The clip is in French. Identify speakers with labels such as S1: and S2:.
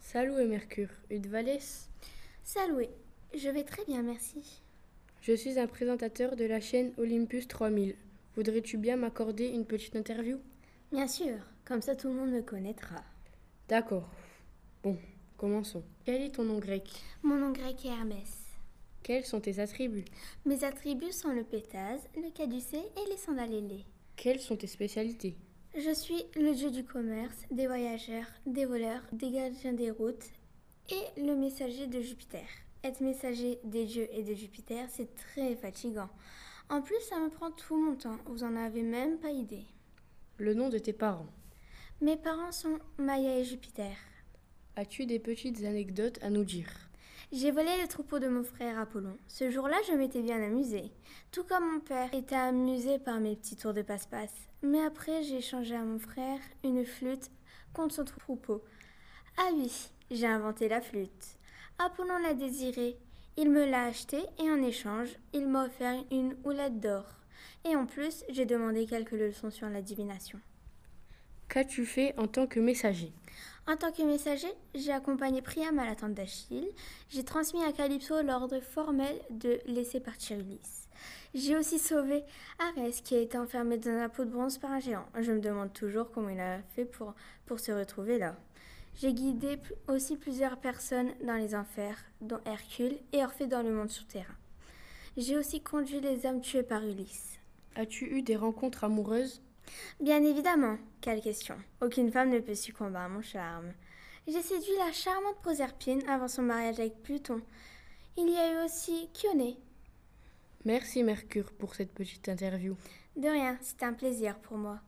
S1: Salut et Mercure, Ud Vallès.
S2: Saloué, je vais très bien, merci.
S1: Je suis un présentateur de la chaîne Olympus 3000. Voudrais-tu bien m'accorder une petite interview
S2: Bien sûr, comme ça tout le monde me connaîtra.
S1: D'accord. Bon, commençons. Quel est ton nom grec
S2: Mon nom grec est Hermès.
S1: Quels sont tes attributs
S2: Mes attributs sont le pétase, le caducé et les sandales ailées.
S1: Quelles sont tes spécialités
S2: Je suis le dieu du commerce, des voyageurs, des voleurs, des gardiens des routes et le messager de Jupiter. Être messager des dieux et de Jupiter, c'est très fatigant. En plus, ça me prend tout mon temps, vous en avez même pas idée.
S1: Le nom de tes parents
S2: Mes parents sont Maya et Jupiter.
S1: As-tu des petites anecdotes à nous dire
S2: J'ai volé le troupeau de mon frère Apollon. Ce jour-là, je m'étais bien amusée. Tout comme mon père était amusé par mes petits tours de passe-passe. Mais après, j'ai échangé à mon frère une flûte contre son troupeau. Ah oui, j'ai inventé la flûte. Apollon l'a désirée. Il me l'a achetée et en échange, il m'a offert une houlette d'or. Et en plus, j'ai demandé quelques leçons sur la divination.
S1: Qu'as-tu fait en tant que messager
S2: En tant que messager, j'ai accompagné Priam à la tente d'Achille. J'ai transmis à Calypso l'ordre formel de laisser partir Ulysse. J'ai aussi sauvé Arès qui a été enfermé dans un pot de bronze par un géant. Je me demande toujours comment il a fait pour, pour se retrouver là. J'ai guidé pl- aussi plusieurs personnes dans les enfers, dont Hercule et Orphée dans le monde souterrain. J'ai aussi conduit les hommes tués par Ulysse.
S1: As-tu eu des rencontres amoureuses
S2: Bien évidemment, quelle question. Aucune femme ne peut succomber à mon charme. J'ai séduit la charmante Proserpine avant son mariage avec Pluton. Il y a eu aussi Kyoné.
S1: Merci Mercure pour cette petite interview.
S2: De rien, c'était un plaisir pour moi.